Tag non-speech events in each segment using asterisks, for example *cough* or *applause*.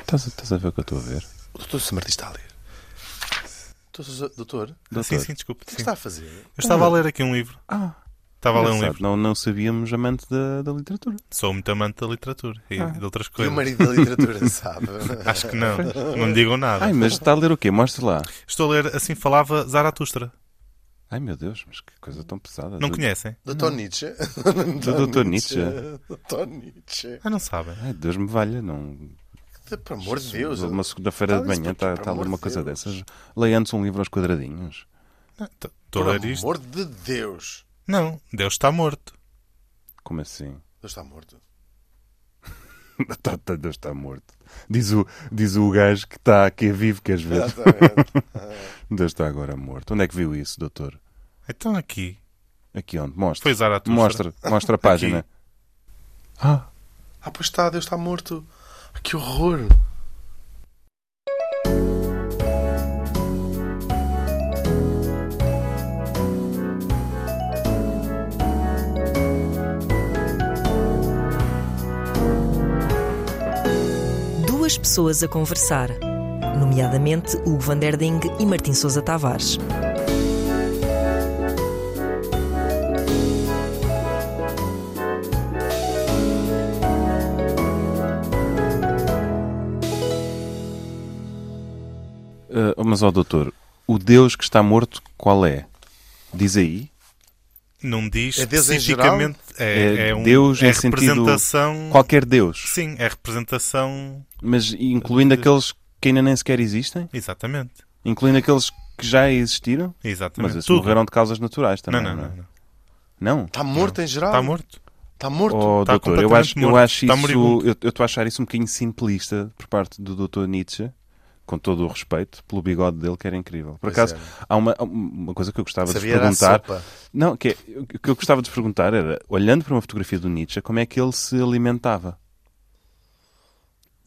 Estás a, estás a ver o que eu estou a ver? O doutor José Martins está a ler. Doutor, doutor, o Doutor, Sim, sim, desculpe. que é sim. que está a fazer? Eu estava a ler aqui um livro. Ah. Estava a ler um engraçado, livro. Não, não sabíamos amante da, da literatura. Sou muito amante da literatura e Ah. de outras E coisas. o marido da literatura *laughs* sabe. Acho que não. Não me digam nada. Ai, mas está a ler o quê? Mostra lá. Estou a ler Assim Falava Zaratustra. Ai meu Deus, mas que coisa tão pesada. Não Do- conhecem? Doutor Nietzsche. Do Dr. Nietzsche. Doutor Nietzsche. Ah, não sabem. Ai, Deus me valha, não. De- Por amor de Deus. Uma segunda-feira de Fala isso manhã por quê? está Por está a ler amor uma de coisa Deus. dessas. Leia antes um livro aos quadradinhos. Não, Ah, t- Estou Por a ler isto. amor de Deus. Não, Deus está morto. Como assim? *laughs* Deus está morto. Tá- tá- Deus está morto. Diz o, diz o gajo que está que é vivo, queres ver? Exatamente. *laughs* Deus está agora morto. Onde é que viu isso, doutor? Então aqui. Aqui onde? Mostra. Foi Zaratustra. Mostra, mostra a página. Ah, Ah, pois está, Deus está morto. Ah, Que horror. Duas pessoas a conversar, nomeadamente Hugo van der Ding e Martim Sousa Tavares. ah, mas ó doutor, o Deus que está morto, qual é? Diz aí. Não diz É Deus em especificamente. É, É é um, Deus é em sentido- representação. Qualquer Deus. Sim, é representação. Mas incluindo aqueles que ainda nem sequer existem? Exatamente. Incluindo aqueles que já existiram? Exatamente. Mas esses Tudo. morreram de causas naturais Não, também. é? não, não. não. Não? Está morto em geral? Está morto. Está morto. tá Oh, Está doutor, eu completamente acho, eu morto. acho Está isso. moribundo. Eu eu estou a achar isso um bocadinho simplista por parte do doutor Nietzsche, com todo o respeito, pelo bigode dele, que era incrível. Por Pois acaso, é. há uma, há uma coisa que eu gostava Sabia de era a vos perguntar. sopa. Não, que é, o que eu gostava de vos perguntar era, olhando para uma fotografia do Nietzsche, como é que ele se alimentava?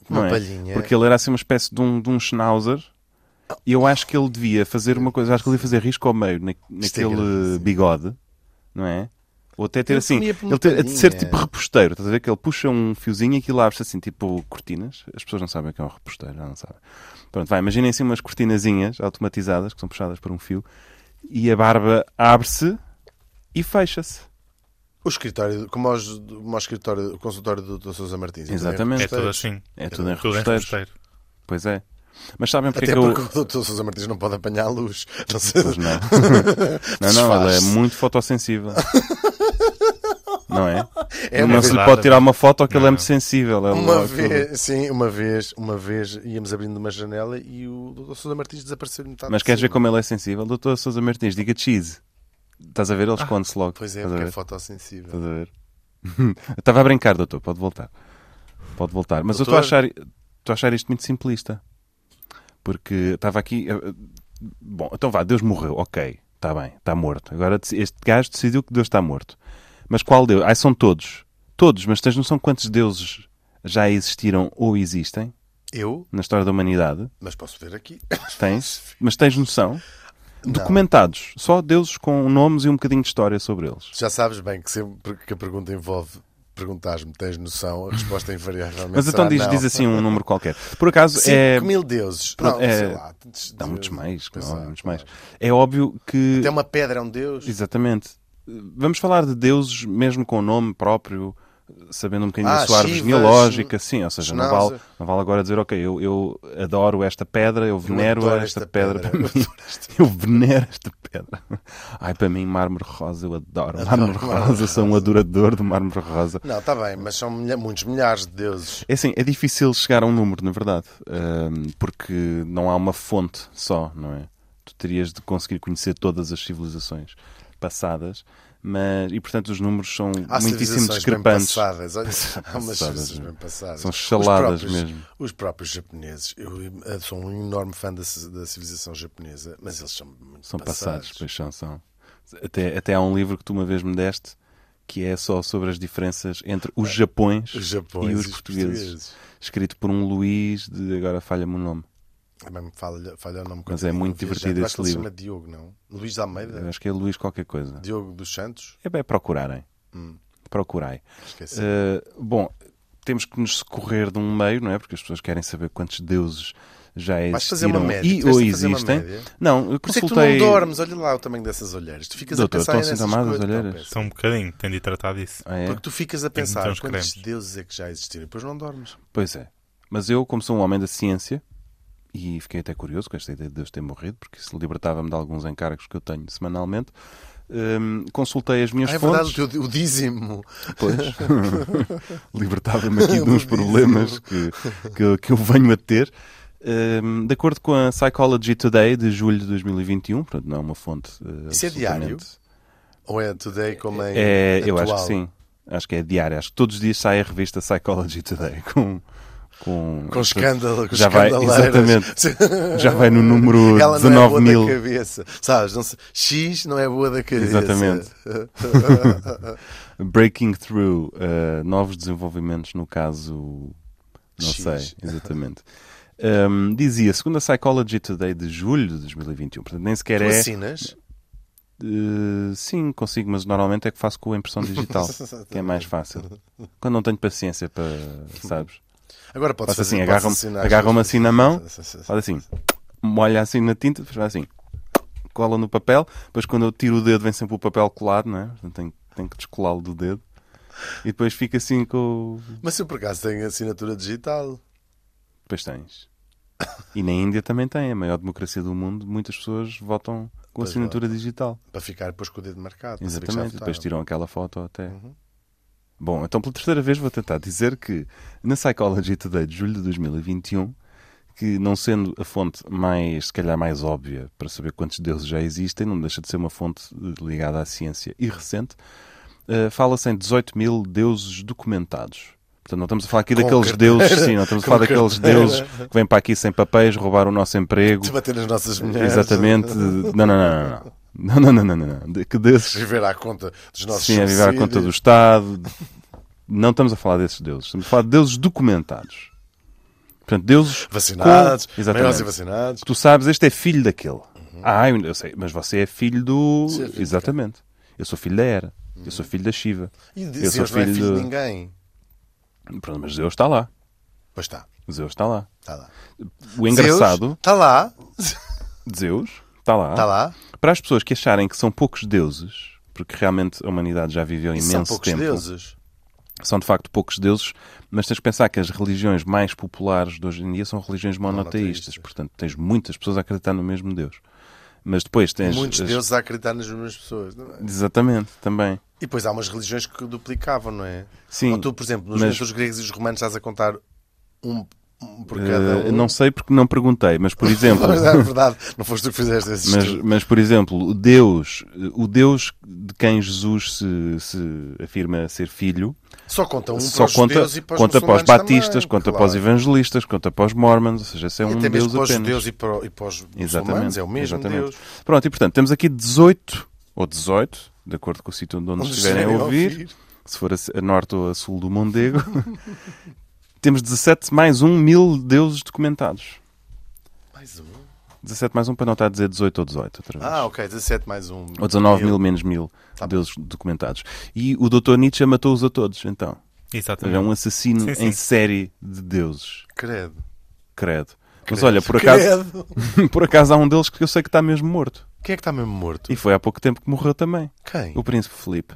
Uma Não é? palhinha. Porque ele era assim uma espécie de um, de um schnauzer. E eu acho que ele devia fazer uma coisa, acho que ele devia fazer risco ao meio na, é grande, naquele sim. bigode, não é? Ou até ter Ele assim, comia por uma ele ter, de ser palhinha. tipo reposteiro, estás a ver? Que ele puxa um fiozinho e aquilo abre-se assim, tipo cortinas. As pessoas não sabem o que é um reposteiro, já não sabem. Pronto, vai, imaginem assim umas cortinazinhas automatizadas que são puxadas por um fio e a barba abre-se e fecha-se. O escritório, como, aos, como ao escritório, o consultório do Dr. Sousa Martins. Exatamente. É tudo assim. É tudo em Tudo em reposteiros. rosteiro. Pois é. Mas sabem porque Até é que eu. porque o Dr. Sousa Martins não pode apanhar a luz. Não sei. *laughs* Pois não. não, não, ela é Desfaz-se. *laughs* muito fotossensível. Não é? É não uma se lhe verdade. pode tirar uma foto que ele é Não. muito sensível. Ela Uma logo- vez, sim, uma vez, uma vez íamos abrindo uma janela e o Dr. Sousa Martins desapareceu de metade Mas de queres ver cima. como ele é sensível? Doutor Sousa Martins, diga cheese. Estás a ver? Ele esconde-se logo. Pois é, Estás a porque é ver? fotossensível. Estás a ver? *laughs* Eu Estava a brincar, doutor, pode voltar. Pode voltar. Mas eu estou a achar, estou a achar isto muito simplista. Porque estava aqui. eh, eh, Bom, então vá, Deus morreu, ok, está bem, está morto. Agora deci- este gajo decidiu que Deus está morto. Mas qual Deus? Ai, são todos. Todos, mas tens noção de quantos deuses já existiram ou existem Eu? na história da humanidade? Mas posso ver aqui. *laughs* Tens? Mas tens noção? Não. Documentados. Só deuses com nomes e um bocadinho de história sobre eles. Já sabes bem que sempre que a pergunta envolve perguntares-me, tens noção, a resposta é invariavelmente Mas então será diz, não. diz assim um número qualquer. Por acaso Cinco é. mil deuses. Não, é- sei lá. tens- Há muitos mais, Pois não, é, há muitos mais. É óbvio que. Até uma pedra é um deus. Exatamente. Vamos falar de deuses mesmo com nome próprio, sabendo um bocadinho Ah, da sua árvore Shiva, genealógica, sim, ou seja, não Shnauzer. vale, não vale agora dizer, ok, eu, eu adoro esta pedra, eu venero adoro esta, esta pedra, pedra, para eu mim. adoro esta *laughs* eu venero esta pedra. Ai, para mim, mármore rosa, eu adoro. Mármore mármore rosa, sou um adorador do mármore rosa. Não, está bem, mas são milha- muitos milhares de deuses. É assim, é difícil chegar a um número, na verdade, ahm, porque não há uma fonte só, não é? Tu terias de conseguir conhecer todas as civilizações passadas, mas e portanto os números são Há muitíssimo civilizações bem discrepantes. passadas. Olha, há umas civilizações mesmo. bem passadas. São chaladas Os próprios- mesmo. Os próprios japoneses. Eu eh, sou um enorme fã da, ci- da civilização japonesa, mas eles são muito São passados, pois são, são. Até, até há um livro que tu uma vez me deste que é só sobre as diferenças entre É, os Japões, Os japoneses e os portugueses. Escrito por um Luís de. Agora falha-me o nome. Também me É falha, falha o nome. Mas quando é digo muito viajante. divertido Eu acho esse que ele se livro. chama Diogo, não? Luís de Eu Almeida? acho que é Luís qualquer coisa. Diogo dos Santos? É bem procurarem. procurai. Esqueci. Eh, bom, temos que nos socorrer de um meio, não é? Porque as pessoas querem saber quantos deuses já existiram Vais fazer uma média. e Tiveste ou de fazer uma existem. média. Não, eu Por isso é que tu não consultei... dormes, olha lá o tamanho dessas olheiras. Tu ficas Doutor, a pensar estão assim nessas tomadas coisas. as olheiras? Não, pensa. São um bocadinho, tenho de tratar disso. Ah, é? Porque tu ficas a que meter pensar uns quantos cremes. deuses é que já existiram e depois não dormes. Pois é. Mas eu, como sou um homem da ciência, e fiquei até curioso com esta ideia de Deus ter morrido, porque isso libertava-me de alguns encargos que eu tenho semanalmente, hum, consultei as minhas Ah, é verdade, fontes. o, teu- o dízimo. Pois. *laughs* Libertava-me aqui de uns problemas que, que, que eu venho a ter. Hum, de acordo com a Psychology Today de julho de 2021, portanto, não é uma fonte. eh, Isso é diário? absolutamente- Ou é today como em É, eu acho atual? que sim. Acho que é diário. Acho que todos os dias sai a revista Psychology Today *laughs* com. Com, Com escândalo, com já vai, escandaleiras. *laughs* exatamente. Já vai no número Ela 19 não é boa mil. da cabeça. Sabes, não sei, X não é boa da cabeça. *laughs* Exatamente. Breaking Through, eh, novos desenvolvimentos no caso. Não X. sei, exatamente. Ahm, dizia, segundo a Psychology Today de julho de 2021, portanto nem sequer Tu é. assinas? eh, sim, consigo, mas normalmente é que faço com a impressão digital, que é mais fácil. Quando não tenho paciência para. Sabes? Agora podes Faço assim, fazer, agarram-me podes assinar. agarram assim na mão, faz assim, molha assim na tinta, depois faz assim, cola no papel, depois quando eu tiro o dedo vem sempre o papel colado, não é? Portanto, tenho, tenho que descolá-lo do dedo. E depois fica assim com. o- Mas eu por acaso tenho assinatura digital. Depois tens. E na Índia também tem, é a maior democracia do mundo, muitas pessoas votam com Pois assinatura digital. Para ficar depois com o dedo marcado. para saber que já Exatamente, votaram. depois Uhum. tiram aquela foto até. Bom, então pela terceira vez vou tentar dizer que na Psychology Today de julho de 2021, que não sendo a fonte mais, se calhar mais óbvia para saber quantos deuses já existem, não deixa de ser uma fonte eh, ligada à ciência e recente, eh, fala-se em 18 mil deuses documentados. Portanto, não estamos a falar aqui Com daqueles carteira. deuses, sim, não estamos a Com falar daqueles carteira. deuses que vêm para aqui sem papéis, roubar o nosso emprego. Se bater nas nossas mulheres. *laughs* Exatamente. Não, não, não, não, não. Não, não, não, não, não, não. De- Que desses Viver à conta dos nossos Sim, a viver à conta do Estado. Não estamos a falar desses deuses. Estamos a falar de deuses documentados. Portanto, deuses Vacinados, maiores com- e Exatamente. vacinados. Tu sabes, este é filho daquele. Ah, eu sei, mas você é filho do... Sim, Uhum. é filho de Exatamente. Eu sou filho da Hera. Eu sou filho da Shiva. E Eu sou Deus não é filho filho de- de ninguém. Pronto, mas Zeus está lá. Pois está, Zeus está lá. está lá. O engraçado, Ah, Está tá lá, Zeus está lá. está lá. Para as pessoas que acharem que são poucos deuses, porque realmente a humanidade já viveu E imenso são poucos tempo. deuses. são de facto poucos deuses, mas tens que pensar que as religiões mais populares de hoje em dia são religiões monoteístas, Monoteístas. portanto tens muitas pessoas a acreditar no mesmo Deus. Mas depois tens. Muitos as- deuses a acreditar nas mesmas pessoas. não é? Exatamente, também. E depois há umas religiões que duplicavam, não é? Sim, Ou tu, por exemplo, nos mas- entre os gregos e os romanos estás a contar um, um por cada Eh, um. não sei porque não perguntei, mas *laughs* por exemplo. Mas é verdade, não foste tu que fizeste esse Mas, estudo. mas, por exemplo, o Deus, o Deus de quem Jesus se, se afirma ser filho, Só conta um para só os conta, judeus e para os conta para os muçulmanos batistas, também, conta claro. para os evangelistas, conta para os mormons, ou seja, esse é E um até mesmo Deus para os apenas. judeus e para, e para os muçulmanos, é o mesmo Deus. Pronto, e portanto, temos aqui 18, ou 18, de acordo com o sítio onde nos Onde estiverem a estiverem a ouvir, ouvir. se for a, se- a norte ou a sul do Mondego, *laughs* temos 17 mais um mil deuses documentados. Mais um. 17 mais um para não estar a dizer 18 ou 18 outra vez. Ah, ok, 17 mais um. ou 19 Eu- Tá mil menos mil deuses documentados. E o Dr. Nietzsche matou-os a todos, então. Ou seja, É Exatamente. um assassino Sim, sim. em série de deuses, Credo. credo. Mas Credo. olha, por acaso, Credo. *laughs* por acaso há um deles que eu sei que está mesmo morto. Quem é que está mesmo morto? E foi há pouco tempo que morreu também. Quem? O Príncipe *gasps* Felipe.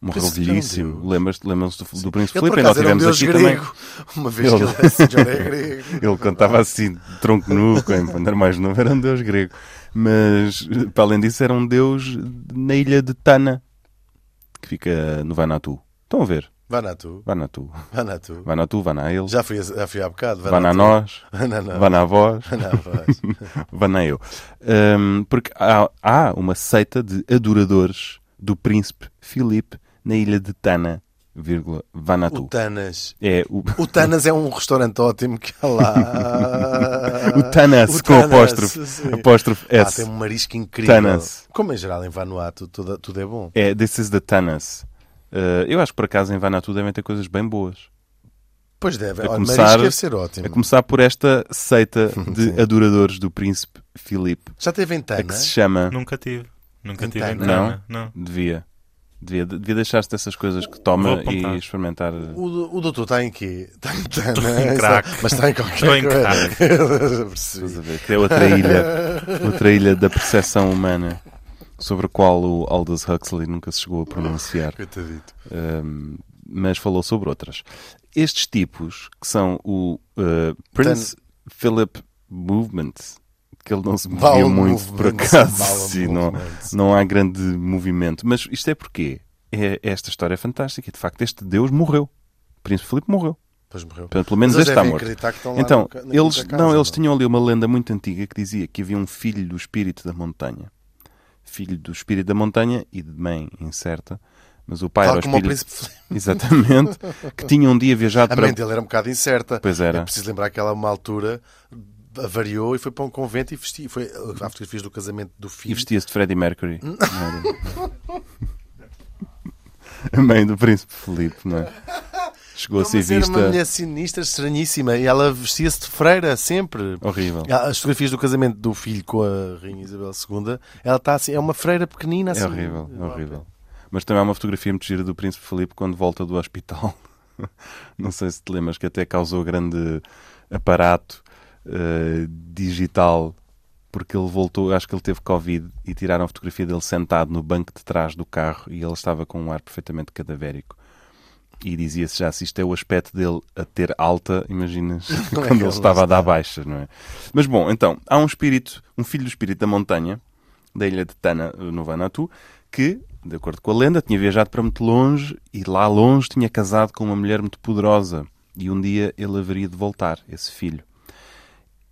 Morreu Príncipe velhíssimo. era um Lembras-te lembras do, do Príncipe Ele, por Felipe? Nós acaso, era um tivemos deus aqui grego. *laughs* Uma vez que Ele- ele é *laughs* senhor é grego. também. *laughs* Ele cantava assim, de tronco nu, quando quando era mais novo, era um deus grego. Mas, para além disso, era um deus na ilha de Tana, que fica no Vanatu. Estão a ver? Vanatu, Vanatu. Vanatu. Vanatu, Vana ele, Já fui, já fui há bocado. Vana Vanatu. nós, Vananó. Vana avós, *laughs* Vanavós. Vana eu. Hum, porque há, há uma seita de adoradores do Príncipe Felipe na ilha de Tana, vírgula, O Vanatu. Tanas. É o... O Tanas é um restaurante ótimo que há lá. *laughs* O Tanas, O com Tanas, apóstrofe. sim. Apóstrofe Ah, S. tem um marisco incrível. Tanas. Como em geral em Vanuatu tudo, tudo é bom. É This is the Tanas. Uh, eu acho que por acaso em Vanuatu devem ter coisas bem boas. Pois deve. A Olha, É começar- é marisco deve ser A ótimo. começar por esta *laughs* seita de Sim. é? adoradores do príncipe Filipe, Já teve em a é que Tana? se chama. Nunca tive. Nunca Em tive Tana? em Tana. Não. Devia. Devia, devia deixar-se dessas coisas que toma Vou apontar. e experimentar. O, do- o doutor está em quê? Está em, está, Estou não é? em Está- crack. Mas está em qualquer Estou em coisa. crack. *laughs* Eu *laughs* percebi. Estás a ver? Que é outra *laughs* ilha, outra ilha da percepção humana sobre a qual o Aldous Huxley nunca se chegou a pronunciar. Coitadito. Um, mas falou sobre outras. Estes tipos, que são o uh, Prince Philip Movement, que ele não se movia Bowel muito, por movement, acaso, bowel *laughs* sim, não, movement. não há grande movimento. Mas isto é porque é, esta história é fantástica. De facto, este Deus morreu. Príncipe Filipe morreu. Depois morreu. Portanto, pelo menos Mas eles este está devem morto. acreditar que estão lá Então, na- na eles, quinta não, casa, eles não? tinham ali uma lenda muito antiga que dizia que havia um filho do espírito da montanha. Filho do espírito da montanha e de mãe incerta. Mas o pai Tal era o como o espírito... príncipe Felipe. *laughs* Exatamente. Que tinha um dia viajado A para. mãe dele era um bocado incerta. Pois era. É preciso lembrar que ela, a uma altura, variou e foi para um convento e vestia. Foi há fotografias do casamento do filho. E vestia-se de *laughs* Freddie Mercury. Não era? A mãe do príncipe Felipe, não é? Chegou Não, a ser Então, mas era vista. uma mulher sinistra, estranhíssima. E ela vestia-se de freira sempre. Ah, Horrível. As fotografias do casamento do filho com a Rainha Isabel II, ela está assim, é uma freira pequenina assim. É horrível, é horrível. Mas também há uma fotografia muito gira do príncipe Felipe quando volta do hospital. *laughs* Não sei se te lembras, que até causou grande aparato eh, digital. Porque ele voltou, acho que ele teve Covid e tiraram a fotografia dele sentado no banco de trás do carro e ele estava com um ar perfeitamente cadavérico. E dizia-se já, se isto é o aspecto dele a ter alta, *laughs* imaginas Como é que quando ele ele estava a dar baixa, não é? Mas bom, então, há um espírito, um filho do espírito da montanha, da ilha de Tana, eh, no Vanuatu, que, de acordo com a lenda, tinha viajado para muito longe e lá longe tinha casado com uma mulher muito poderosa. E um dia ele haveria de voltar, esse filho.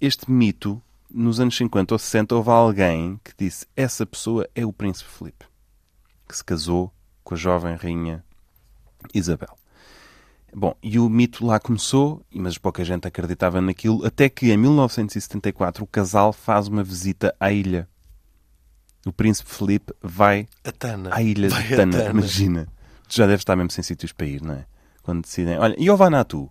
Este mito, nos anos 50 ou 60, houve alguém que disse essa pessoa é o príncipe Filipe, que se casou com a jovem rainha Isabel. Bom, e o mito lá começou, mas pouca gente acreditava naquilo, até que em 1974 o casal faz uma visita à ilha. O príncipe Felipe vai A Tana. à ilha Vai de a Tana, imagina. Tu já deves estar mesmo sem sítios para ir, não é? Quando decidem, olha, e ao Vanatu?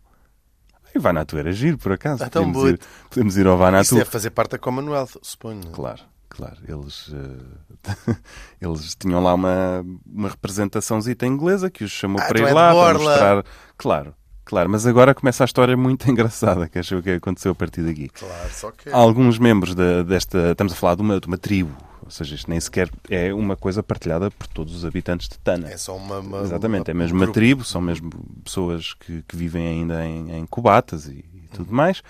E o Vanatu era giro, por acaso. Ah, tão podemos, boa. ir, podemos ir ao Isso é Vanatu. deve fazer parte da Commonwealth, suponho. não é? Claro, claro. Eles, eh, *laughs* eles tinham lá uma, uma representaçãozita inglesa que os chamou Ah, para então é ir de lá para borla. mostrar. Claro, claro. Mas agora começa a história muito *laughs* engraçada, que achei o que aconteceu a partir daqui. Claro, só que. Alguns membros da- desta. Estamos a falar de uma, de uma tribo, ou seja, isto nem sequer é uma coisa partilhada por todos os habitantes de Tana. É só uma. uma- Exatamente, é uma- mesmo um uma grupo. tribo, são mesmo pessoas que, que vivem ainda em, em cubatas e, e tudo mais.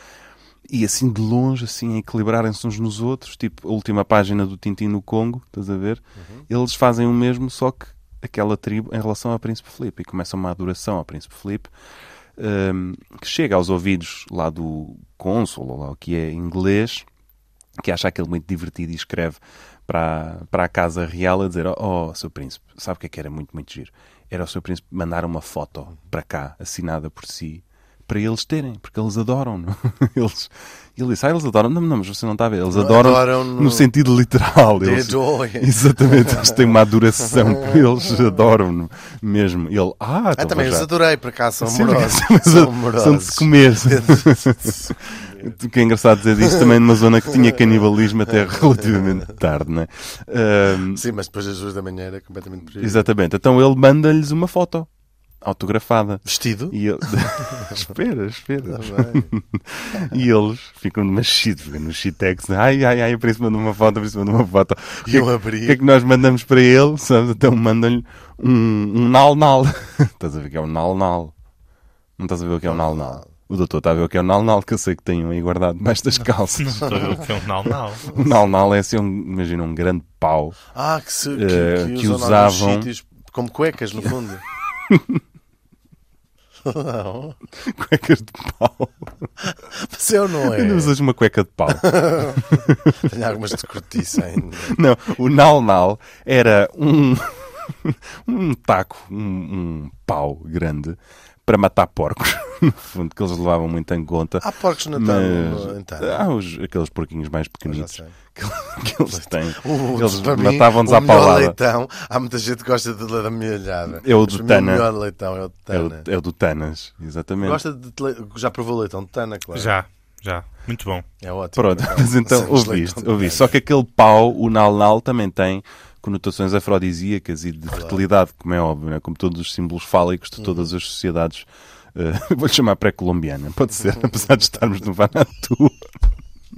E assim de longe, assim, a equilibrarem-se uns nos outros, tipo a última página do Tintin no Congo, estás a ver? Uhum. Eles fazem o mesmo, só que aquela tribo em relação ao Príncipe Filipe. E começa uma adoração ao Príncipe Filipe, hum, que chega aos ouvidos lá do cônsul, ou lá o que é inglês, que acha aquele muito divertido e escreve para, a- para a Casa Real a dizer: Oh, oh, seu príncipe, sabe o que é que era muito, muito giro? Era o seu príncipe mandar uma foto para cá, assinada por si, para eles terem, porque eles adoram-no. *laughs* Eles, ele disse: Ah, eles adoram. Não, não, mas você não está a ver. Eles adoram, adoram no... no- sentido literal. They Eles, adore. exatamente, eles têm uma adoração, por *laughs* eles adoram-no mesmo. Ele, ah, Ah, então também vou os já- adorei, por acaso, são Sim, amorosos. São *laughs* são- São de amorosos. se *laughs* comer. O que é engraçado dizer isto também numa zona que tinha canibalismo até *laughs* relativamente tarde, não é? Ahm, Sim, mas depois das duas da manhã era completamente proibido. exatamente. Então ele manda-lhes uma foto autografada. Vestido? E ele... *laughs* espera, espera. Tá bem. E eles ficam numa shit, ficam no shitex. Ai, ai, ai, o príncipe mandou uma foto, o príncipe mandou uma foto. O que, E é eu que- abri. o que é que nós mandamos para ele? Sabes? Então mandam-lhe um um nal-nal. *laughs* Estás a ver o que é um nal-nal? Não estás a ver o que é um nal-nal? O doutor está a ver o que é um nal-nal, que eu sei que tenho aí guardado debaixo das calças. Estou a ver o que é um não, não. O nal-nal é assim, um, imagina, um grande pau. *laughs* Ah, que, se, que, Eh, que usam que em alguns usavam- sítios como cuecas, no *laughs* fundo. não. Cuecas de pau. Mas eu não é. Ainda usas uma cueca de pau. Tenho algumas de cortiça ainda. Não, o nal-nal era um, *laughs* um taco, um, um pau grande para matar porcos. *laughs* No fundo, que eles levavam muito em conta. Há porcos na Mas ah, Tana. Então, há os, aqueles porquinhos mais já pequeninos sei. que, que eles têm. O- eles para mim, matavam-nos o à melhor paulada. leitão, há muita gente que gosta de, da milhada. É o Mas do para mim Tana. O melhor leitão é o de É o, Tana. é o do Tanas, exatamente. Gosta de tele- já provou leitão de Tana, claro. Já, já. Muito bom. É ótimo. Pronto, *laughs* Não, mas então somos ouviste, leitão de ouviste. Tana. Só que aquele pau, o Nal Nal, também tem conotações afrodisíacas e de fertilidade, como é óbvio, né? como todos os símbolos fálicos de Uhum. todas as sociedades. eh, *laughs* Vou-lhe chamar pré-colombiana, pode ser, Uhum. apesar de estarmos no Vanuatu. *laughs*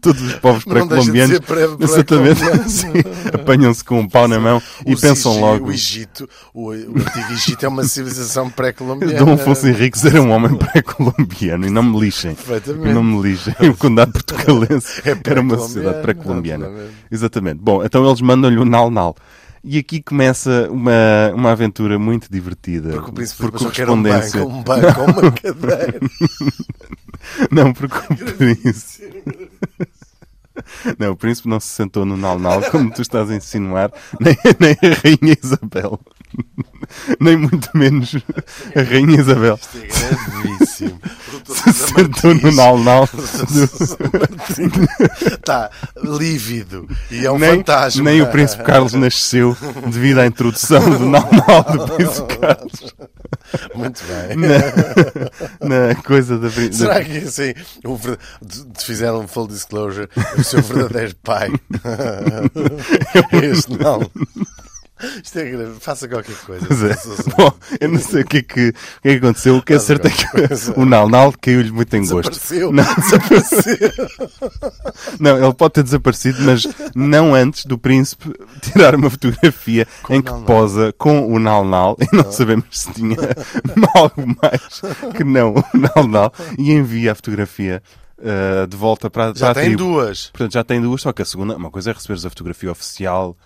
Todos os povos Não deixa de pré-colombianos ser pré- exatamente, pré-colombiano. *laughs* sim, apanham-se com um pau na mão e Os pensam Igi- logo. O Egito, o, o antigo Egito é uma *laughs* civilização pré-colombiana. Dom Afonso Henriques era um homem pré-colombiano e não me lixem. Perfeitamente. Não me lixem. *laughs* O condado portugalense É era uma sociedade pré-colombiano, pré-colombiana. Exatamente. Bom, então eles mandam-lhe o nal-nal. E aqui começa uma, uma aventura muito divertida. Porque o príncipe Filipe achou que era um banco, um banco ou uma cadeira. *laughs* Não, porque o *laughs* príncipe. Não, o príncipe não se sentou no nal-nal, como tu estás a insinuar, nem, nem a rainha Isabel. *laughs* Nem muito menos a rainha Isabel. Gravíssimo. é Se sentou no nal-nal do- Está lívido e é *laughs* um nem, fantasma. nem o Príncipe Carlos nasceu devido à introdução do Nau-Nau do *laughs* Príncipe Carlos Muito *laughs* bem. na, na coisa da, pri- da- Será que assim o ver- te- te fizeram um full disclosure o seu verdadeiro *laughs* pai? este não. Isto é grave. Faça qualquer coisa. *laughs* Pois é. Bom, eu não sei o que é que, o que, é que aconteceu. O que é certo é Coisa. que o Nau-Nau caiu-lhe muito em gosto. Desapareceu. Não. Desapareceu. Não, ele pode ter desaparecido, mas não antes do príncipe tirar uma fotografia em que posa com o Nal Nal e Ah. não sabemos se tinha *laughs* algo mais que não o Nal Nal e envia a fotografia ah, de volta para, *laughs* para Já a tem tribo. duas. Portanto, já tem duas, só que a segunda, uma coisa é receberes a fotografia oficial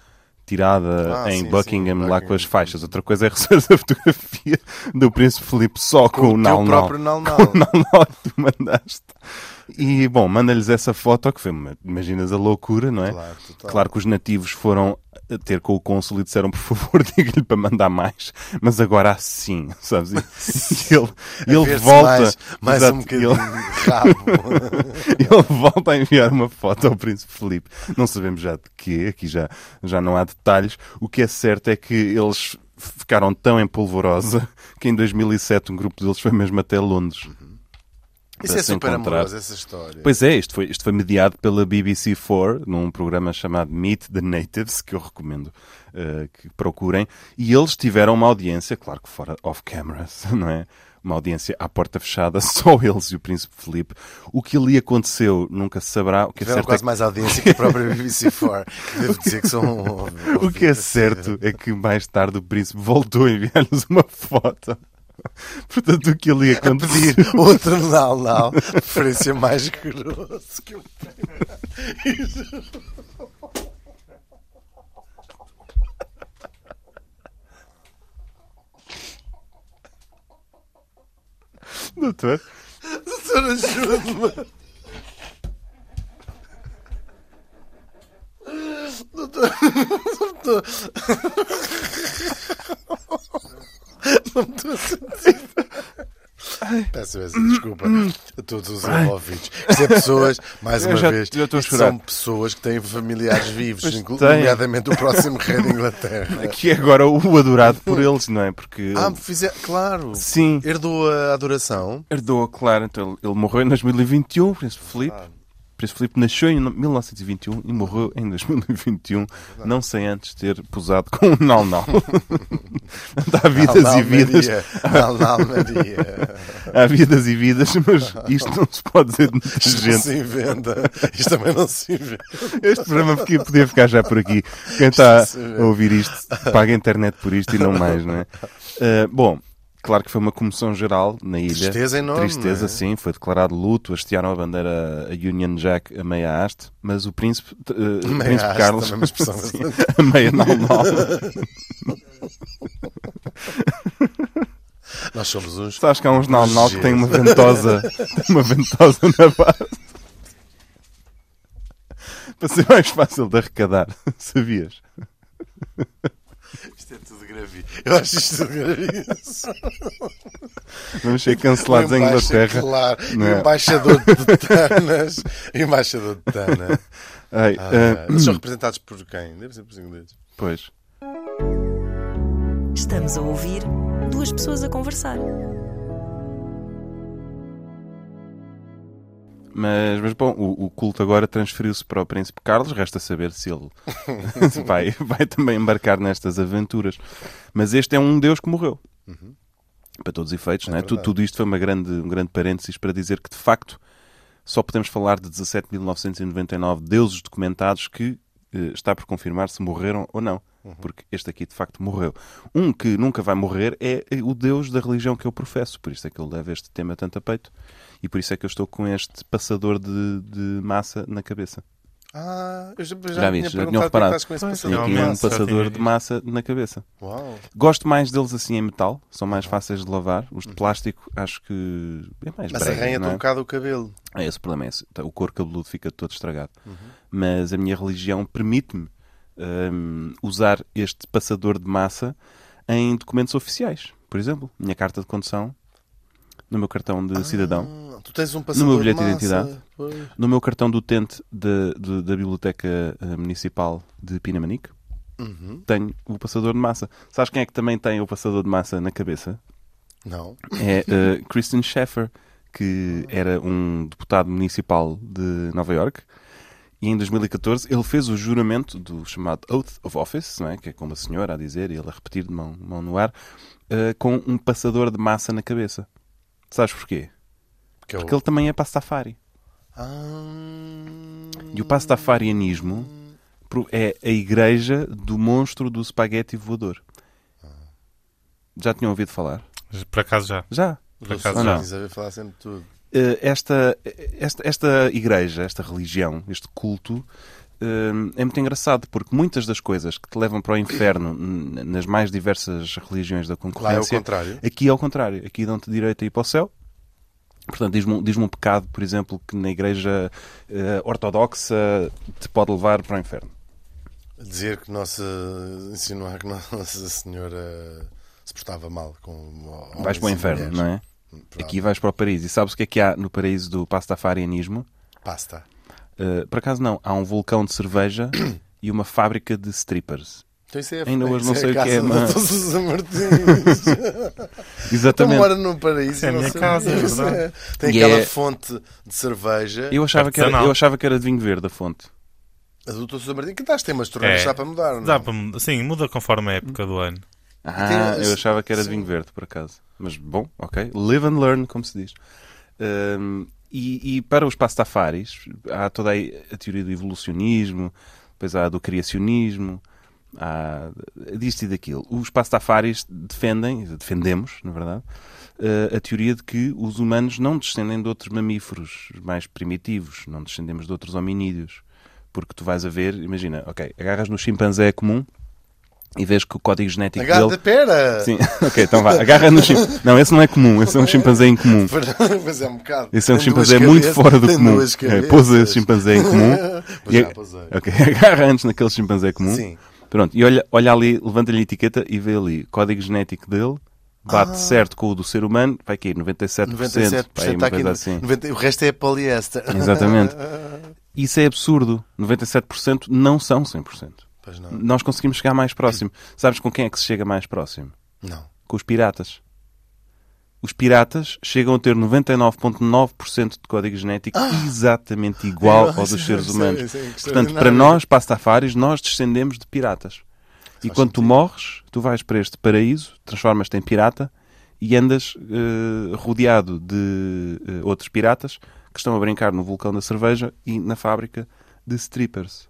tirada Ah, sim, em Buckingham, sim, lá Buckingham. com as faixas, outra coisa é receberes a fotografia do Príncipe Filipe só com, o o teu Nal Nal. próprio Nal Nal. Com o Nal Nal que tu mandaste. E, bom, manda-lhes essa foto, que foi, uma- imaginas a loucura, não é? Claro, total. Claro que os nativos foram a ter com o cônsul e disseram, por favor, *laughs* diga-lhe para mandar mais, mas agora assim, *laughs* sabes? E, e ele, e ele Ver-se volta. Mais, mais Exato, um e ele- bocadinho de *laughs* rabo. é ele volta a enviar uma foto ao Príncipe Felipe. Não sabemos já de quê, aqui já, já não há detalhes. O que é certo é que eles ficaram tão em polvorosa que em 2007 um grupo deles foi mesmo até Londres. Uhum. Isso Para é se super encontrar. amoroso, essa história. Pois é, isto foi, isto foi mediado pela BBC4 num programa chamado Meet the Natives, que eu recomendo eh, que procurem. E eles tiveram uma audiência, claro que fora off-cameras, *laughs* não é? Uma audiência à porta fechada, *laughs* só eles e o Príncipe Felipe. O que ali aconteceu nunca se saberá. O que é Tiveram certo é quase que mais audiência que a própria *laughs* BBC4. Devo dizer que um são. *laughs* O que é certo é que mais tarde o príncipe voltou a enviar-nos uma foto. Portanto, o que ali pedir *laughs* aconteceu. outro Nal Nal, de preferência mais grosso que eu tenho. *laughs* Doutor, Doutor, ajude-me. Doutor, doutor. *laughs* Não me estou a sentir. Peço essa desculpa a todos os envolvidos. Isto é pessoas, mais Eu uma já- vez, já estou a isto chorar. são pessoas que têm familiares vivos, Pois inclu- têm. nomeadamente o próximo rei da Inglaterra. que é agora o adorado por eles, não é? Porque. Ah, me fizer, claro. Sim, Herdou a adoração. herdou, claro. Então, ele, ele morreu em 2021, o Príncipe Felipe. O Príncipe Felipe nasceu em 1921 e morreu em 2021, não sem antes ter posado com um *laughs* não-não. Há vidas Nal, e Nal, vidas, Maria. Nal, Nal, Maria. há vidas e vidas, *laughs* mas isto não se pode dizer de muita Isto gente. não se *laughs* inventa. Isto também não se inventa. Este programa podia, podia ficar já por aqui. Quem está a ouvir isto, paga a internet por isto e não mais, não é? Ah, bom, claro que foi uma comoção geral na ilha. Tristeza enorme, Tristeza, não é? sim. Foi declarado luto, hastearam a bandeira a Union Jack a meia haste, mas o príncipe, eh, o Meia príncipe haste, Carlos... também é uma expressão Sim, bastante- *laughs* a meia não, não. Nós somos uns. Sabes que há uns não, não que têm uma ventosa, têm uma ventosa na base. Para ser mais fácil de arrecadar, *laughs* sabias? Isto é tudo gravíssimo. Eu acho isto gravíssimo. Vamos ser cancelados O em embaixa- Inglaterra. Claro. Não é? O Um Embaixador de Tanas. O Embaixador de Tana. *laughs* Ai, Ah, ah, eles são representados por quem? Deve ser por ingleses. pois. Estamos a ouvir duas pessoas a conversar. Mas, mas bom, o, o culto agora transferiu-se para o Príncipe Carlos, resta saber se *laughs* ele se vai, vai também embarcar nestas aventuras. Mas este é um Deus que morreu. Para todos os efeitos, não é? Tu- Uhum. verdade. tudo isto foi uma grande, um grande parênteses para dizer que, de facto, só podemos falar de 17.999 deuses documentados que eh, está por confirmar se morreram ou não. Uhum. Porque este aqui, de facto, morreu. Um que nunca vai morrer é eh, o deus da religião que eu professo. Por isso é que ele leva este tema tanto a peito. E por isso é que eu estou com este passador de, de massa na cabeça. Ah, eu já, eu Já já, viste, tinha já perguntado o que é tinham que reparado. estás com esse Tenho passador. aqui Realmente, um já tinha passador de visto. massa na cabeça. Uau. Gosto mais deles assim em metal, são mais Uhum. fáceis de lavar. Os de plástico acho que é mais Mas brega, arranha-te não um é? bocado o cabelo. É esse o problema, é esse. Tá, o couro cabeludo fica todo estragado. Mas a minha religião permite-me hum, usar este passador de massa em documentos oficiais. Por exemplo, minha carta de condução, no meu cartão de cidadão, Ah, tu tens um no meu passador bilhete de de massa. identidade, Pois. no meu cartão de utente da- de- da Biblioteca eh, Municipal de Pinamanique, Uhum. tenho o passador de massa. Sabes quem é que também tem o passador de massa na cabeça? Não. é uh, Kristen Sheffer, que era um deputado municipal de Nova York. E em 2014 ele fez o juramento do chamado Oath of Office, não é? que é com uma senhora a dizer e ele a repetir de mão, mão no ar, uh, com um passador de massa na cabeça. Sabes porquê? Porque, eu... Porque ele também é pastafari. Ah, E o pastafarianismo pro- é a igreja do monstro do espaguete voador. Já tinham ouvido falar? Por acaso já. Já. Por Você acaso Ou já. não? não. saber falar sempre tudo. Eh, esta, esta, esta igreja, esta religião, este culto, eh, é muito engraçado porque muitas das coisas que te levam para o inferno n- nas mais diversas religiões Lá é da o concorrência, contrário. aqui é o contrário. Aqui dão-te direito a ir para o céu. Portanto, diz-me um- diz-me um pecado, por exemplo, que na igreja eh, ortodoxa te pode levar para o inferno. Dizer que Nossa. insinuar que *laughs* Nossa Senhora se portava mal com. homens Vais para o e inferno, mulheres. não é? Pronto. Aqui vais para o paraíso. E sabes o que é que há no paraíso do pastafarianismo? Pasta. Eh, por acaso não, há um vulcão *coughs* de cerveja e uma fábrica de strippers. Então isso é Ainda hoje isso não sei o a que é, casa mas- de todos os *laughs* Martins. Tu Exatamente. Então mora num paraíso. É a não minha sei. casa, é Isso é. verdade. Tem E aquela é- fonte de cerveja. Eu achava, que era, Artesanal. eu achava que era de vinho verde a fonte. A do Dr. Sousa Martins. Que estás, tem umas torneiras É. dá para mudar, não? Dá para mudar. Sim, muda conforme a época do ano. Ah, Tem- um- eu achava que era de sim. vinho verde, por acaso. Mas bom, ok. Live and learn, como se diz. Ahm, e, e para os pastafaris, há toda a, a teoria do evolucionismo, depois há a do criacionismo, há disto e daquilo. Os pastafaris defendem, defendemos, na verdade, eh, a teoria de que os humanos não descendem de outros mamíferos mais primitivos, não descendemos de outros hominídeos. Porque tu vais a ver, imagina, ok, agarras no chimpanzé comum e vês que o código genético Agarra- dele... pera! *laughs* Sim, ok, então vá, agarra no chimpanzé. Não, esse não é comum, esse é um chimpanzé incomum. mas é um bocado. Esse é um Tem chimpanzé duas muito cabeças, fora do tem comum. duas É, cabeças. pousa esse chimpanzé *laughs* em comum. Pois e- já, pousei. ok, *laughs* agarra antes naquele chimpanzé comum. Sim. Pronto, e olha, olha ali, levanta-lhe a etiqueta e vê ali código genético dele, Ah. bate certo com o do ser humano, vai cair 97%. 97% pá, aí está uma tá aqui. coisa no- *laughs* assim. 90 o resto é poliéster. *laughs* Exatamente. Isso é absurdo. 97% não são 100%. Pois não. Nós conseguimos chegar mais próximo. Sabes com quem é que se chega mais próximo? Não. com os piratas. Os piratas chegam a ter 99,9% de código genético exatamente igual Ah! Eu- ao isso- dos seres isso- humanos. isso é Portanto, extraordinário. para nós, pastafaris, nós descendemos de piratas. E quando tu morres, tu vais para este paraíso, transformas-te em pirata e andas eh, rodeado de eh, outros piratas que estão a brincar no vulcão da cerveja e na fábrica de strippers.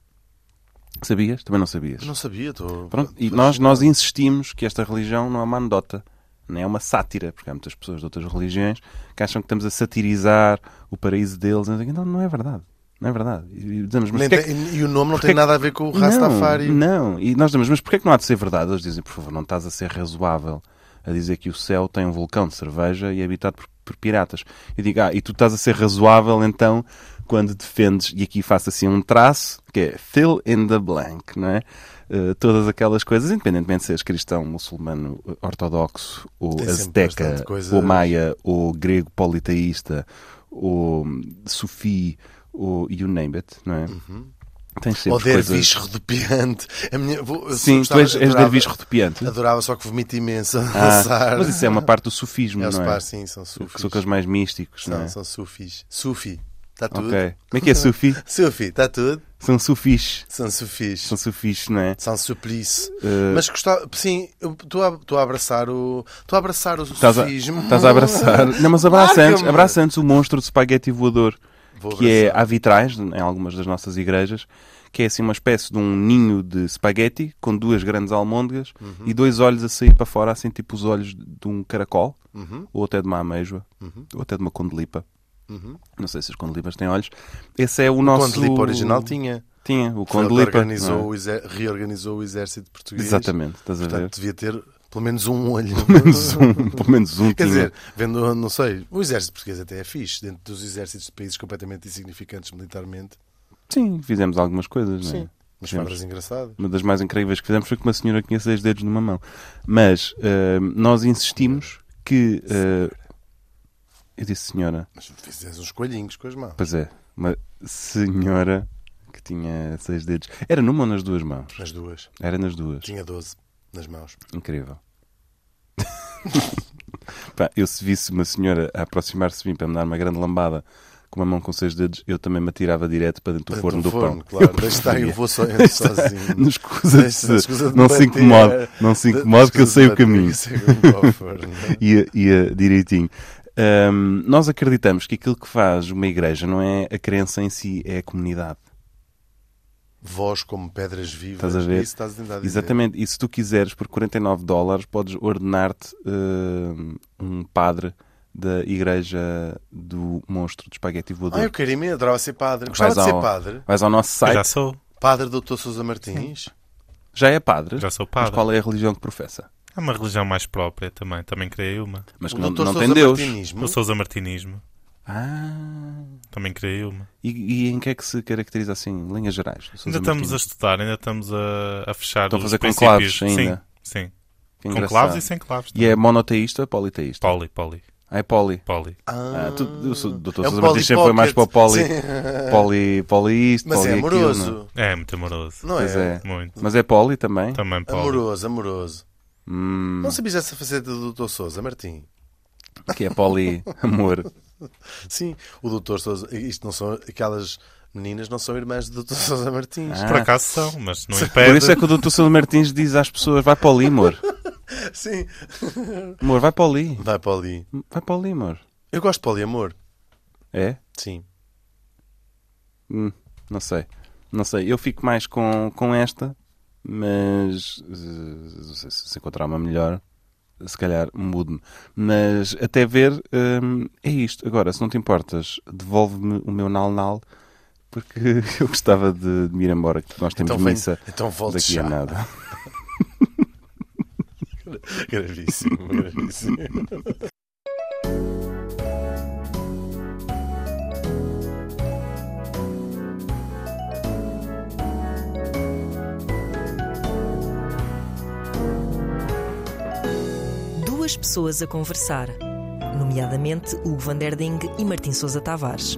Sabias? Também não sabias. Não sabia, estou. Pronto, e nós, nós insistimos que esta religião não é uma anedota, nem é uma sátira, porque há muitas pessoas de outras religiões que acham que estamos a satirizar o paraíso deles. Não, sei o quê. não, não é verdade. Não é verdade. E dizemos, mas Nem porquê é que- tem- E o nome não porquê tem que- nada a ver com o Rastafari. não, não. E nós dizemos, mas porquê é que não há de ser verdade? Eles dizem, por favor, não estás a ser razoável a dizer que o céu tem um vulcão de cerveja e é habitado por, por piratas. Eu digo, ah, e tu estás a ser razoável então quando defendes, e aqui faço assim um traço, que é fill in the blank, não é? Eh, todas aquelas coisas, independentemente de seres cristão, muçulmano, eh, ortodoxo, ou Tem sempre azteca, bastante coisas. ou maia, ou grego politeísta, ou hum, sufi, ou you name it, não Uhum. é? Tens sempre Ou tipo coisas- derviche rodopiante. A minha- vou- eu Sim, tu gostava- és, és adorava- derviche rodopiante. Adorava, só que vomito imenso a Ah, dançar. mas isso é uma parte do sufismo, É o não é? Spar, sim, são sufis. Que são aqueles mais místicos, não São, é? são sufis. Sufi. Está tudo. Ok. Como é que é Sufi? Sufi, está tudo. São Sufis. São Sufis. São Sufis, não é? São Suplice. Eh, Mas gostava, sim, eu estou a, estou a abraçar o. Estou a abraçar o Estás a, sufismo. estás a abraçar. Não, mas abraça Larga-me. antes, abraça antes o monstro de espaguete voador. Vou que é, abraçar. há vitrais em algumas das nossas igrejas, que é assim uma espécie de um ninho de espaguete com duas grandes almôndegas Uhum. e dois olhos a sair para fora, assim tipo os olhos de um caracol, Uhum. ou até de uma amêijoa, ou até de uma condelipa. Não sei se as condelibas têm olhos. Esse é o, Uhum. O nosso... Condelipa original tinha. Tinha, Foi o ele que condelipa. organizou não é? o exer- reorganizou o exército português. Exatamente, estás a ver? Portanto, devia ter pelo menos um olho. Pelo menos um, *laughs* pelo menos um *laughs* Quer tinha. dizer, vendo, não sei, o exército português até é fixe, dentro dos exércitos de países completamente insignificantes militarmente. Sim, fizemos algumas coisas, não é? Mas Temos. fabras engraçado. Uma das mais incríveis que fizemos foi que uma senhora que tinha seis dedos numa mão. Mas ah, nós insistimos que. ah, eu disse senhora, Mas fizemos uns coelhinhos com as mãos. pois é, uma senhora que tinha seis dedos. Era numa ou nas duas mãos? Nas duas. Era nas duas. Tinha 12 nas mãos. Incrível. *laughs* Pá, eu se visse uma senhora a aproximar-se de mim para me dar uma grande lambada com uma mão com seis dedos, eu também me atirava direto para dentro do Dentro forno do pão. Claro, deixa estar, eu vou *laughs* so, eu sozinho. Não escusa de Deixa- escusa se- de não se bater. incomode, não se incomode que eu Escusa de sei o bater, caminho. eu sei o caminho para o *laughs* forno. ia, ia direitinho. Ahm, nós acreditamos que aquilo que faz uma igreja não é a crença em si, é a comunidade. Vós como pedras vivas. é Isso estás Estás a ver? a tentar dizer. Exatamente. E se tu quiseres, por 49 dólares, podes ordenar-te ahm, um padre da igreja do monstro de espaguete voador. Ah, eu queria imenso, adorava ser padre. Gostava de Vais ser ao- padre. Vais ao nosso Eu site. já Já... sou. Padre Dr. Sousa Martins. é padre. Já sou Mas padre. qual é a religião que professa? Há uma religião mais própria também. Também criei uma. Mas O que não, Dr. não Sousa tem Deus. Martinismo. O Sousa Martinismo. Ah. Também criei uma. E, e em que é que se caracteriza assim, em linhas gerais? o Sousa ainda estamos Martins? a estudar, ainda estamos a, a fechar Estão a os fazer princípios. conclaves ainda? Sim, sim. Que Com engraçado. claves e sem claves. E é monoteísta ou politeísta? Poli, poli, Ah, é poli. poli. Ah, tu, o Sr. Dr. É um Sousa Martins sempre foi mais para o poli, polypocket. poli, poli isto, Mas poli é aquilo, amoroso. não é? É muito amoroso. Não Pois é? é. Muito. Mas é poli também? Também poli. Amoroso, amoroso. Hum, Não sabias essa faceta do Dr. Sousa Martim? que *laughs* é poli, amor. Sim, o Dr. Sousa. Isto não são. Aquelas meninas não são irmãs do Dr. Sousa Martins. Ah. Por acaso são, mas não Por impede. isso é que o Dr. Sousa Martins diz às pessoas, vai poli, amor. Ah. Sim. Amor, vai poli. Vai para ali. Vai poli, amor. Eu gosto de poliamor. É? Sim. Hum, não sei. Não sei. Eu fico mais com, com esta, mas eh, não sei se se encontrar uma melhor, se calhar mudo-me. Mas até ver, hum, é isto. Agora, se não te importas, devolve-me o meu nal-nal, porque *laughs* eu gostava de, de me ir embora, que nós temos Então, vem, missa então volte daqui já. a nada. *laughs* Gravíssimo, gravíssimo. Duas pessoas a conversar, nomeadamente Hugo Van Der Ding e Martim Sousa Tavares.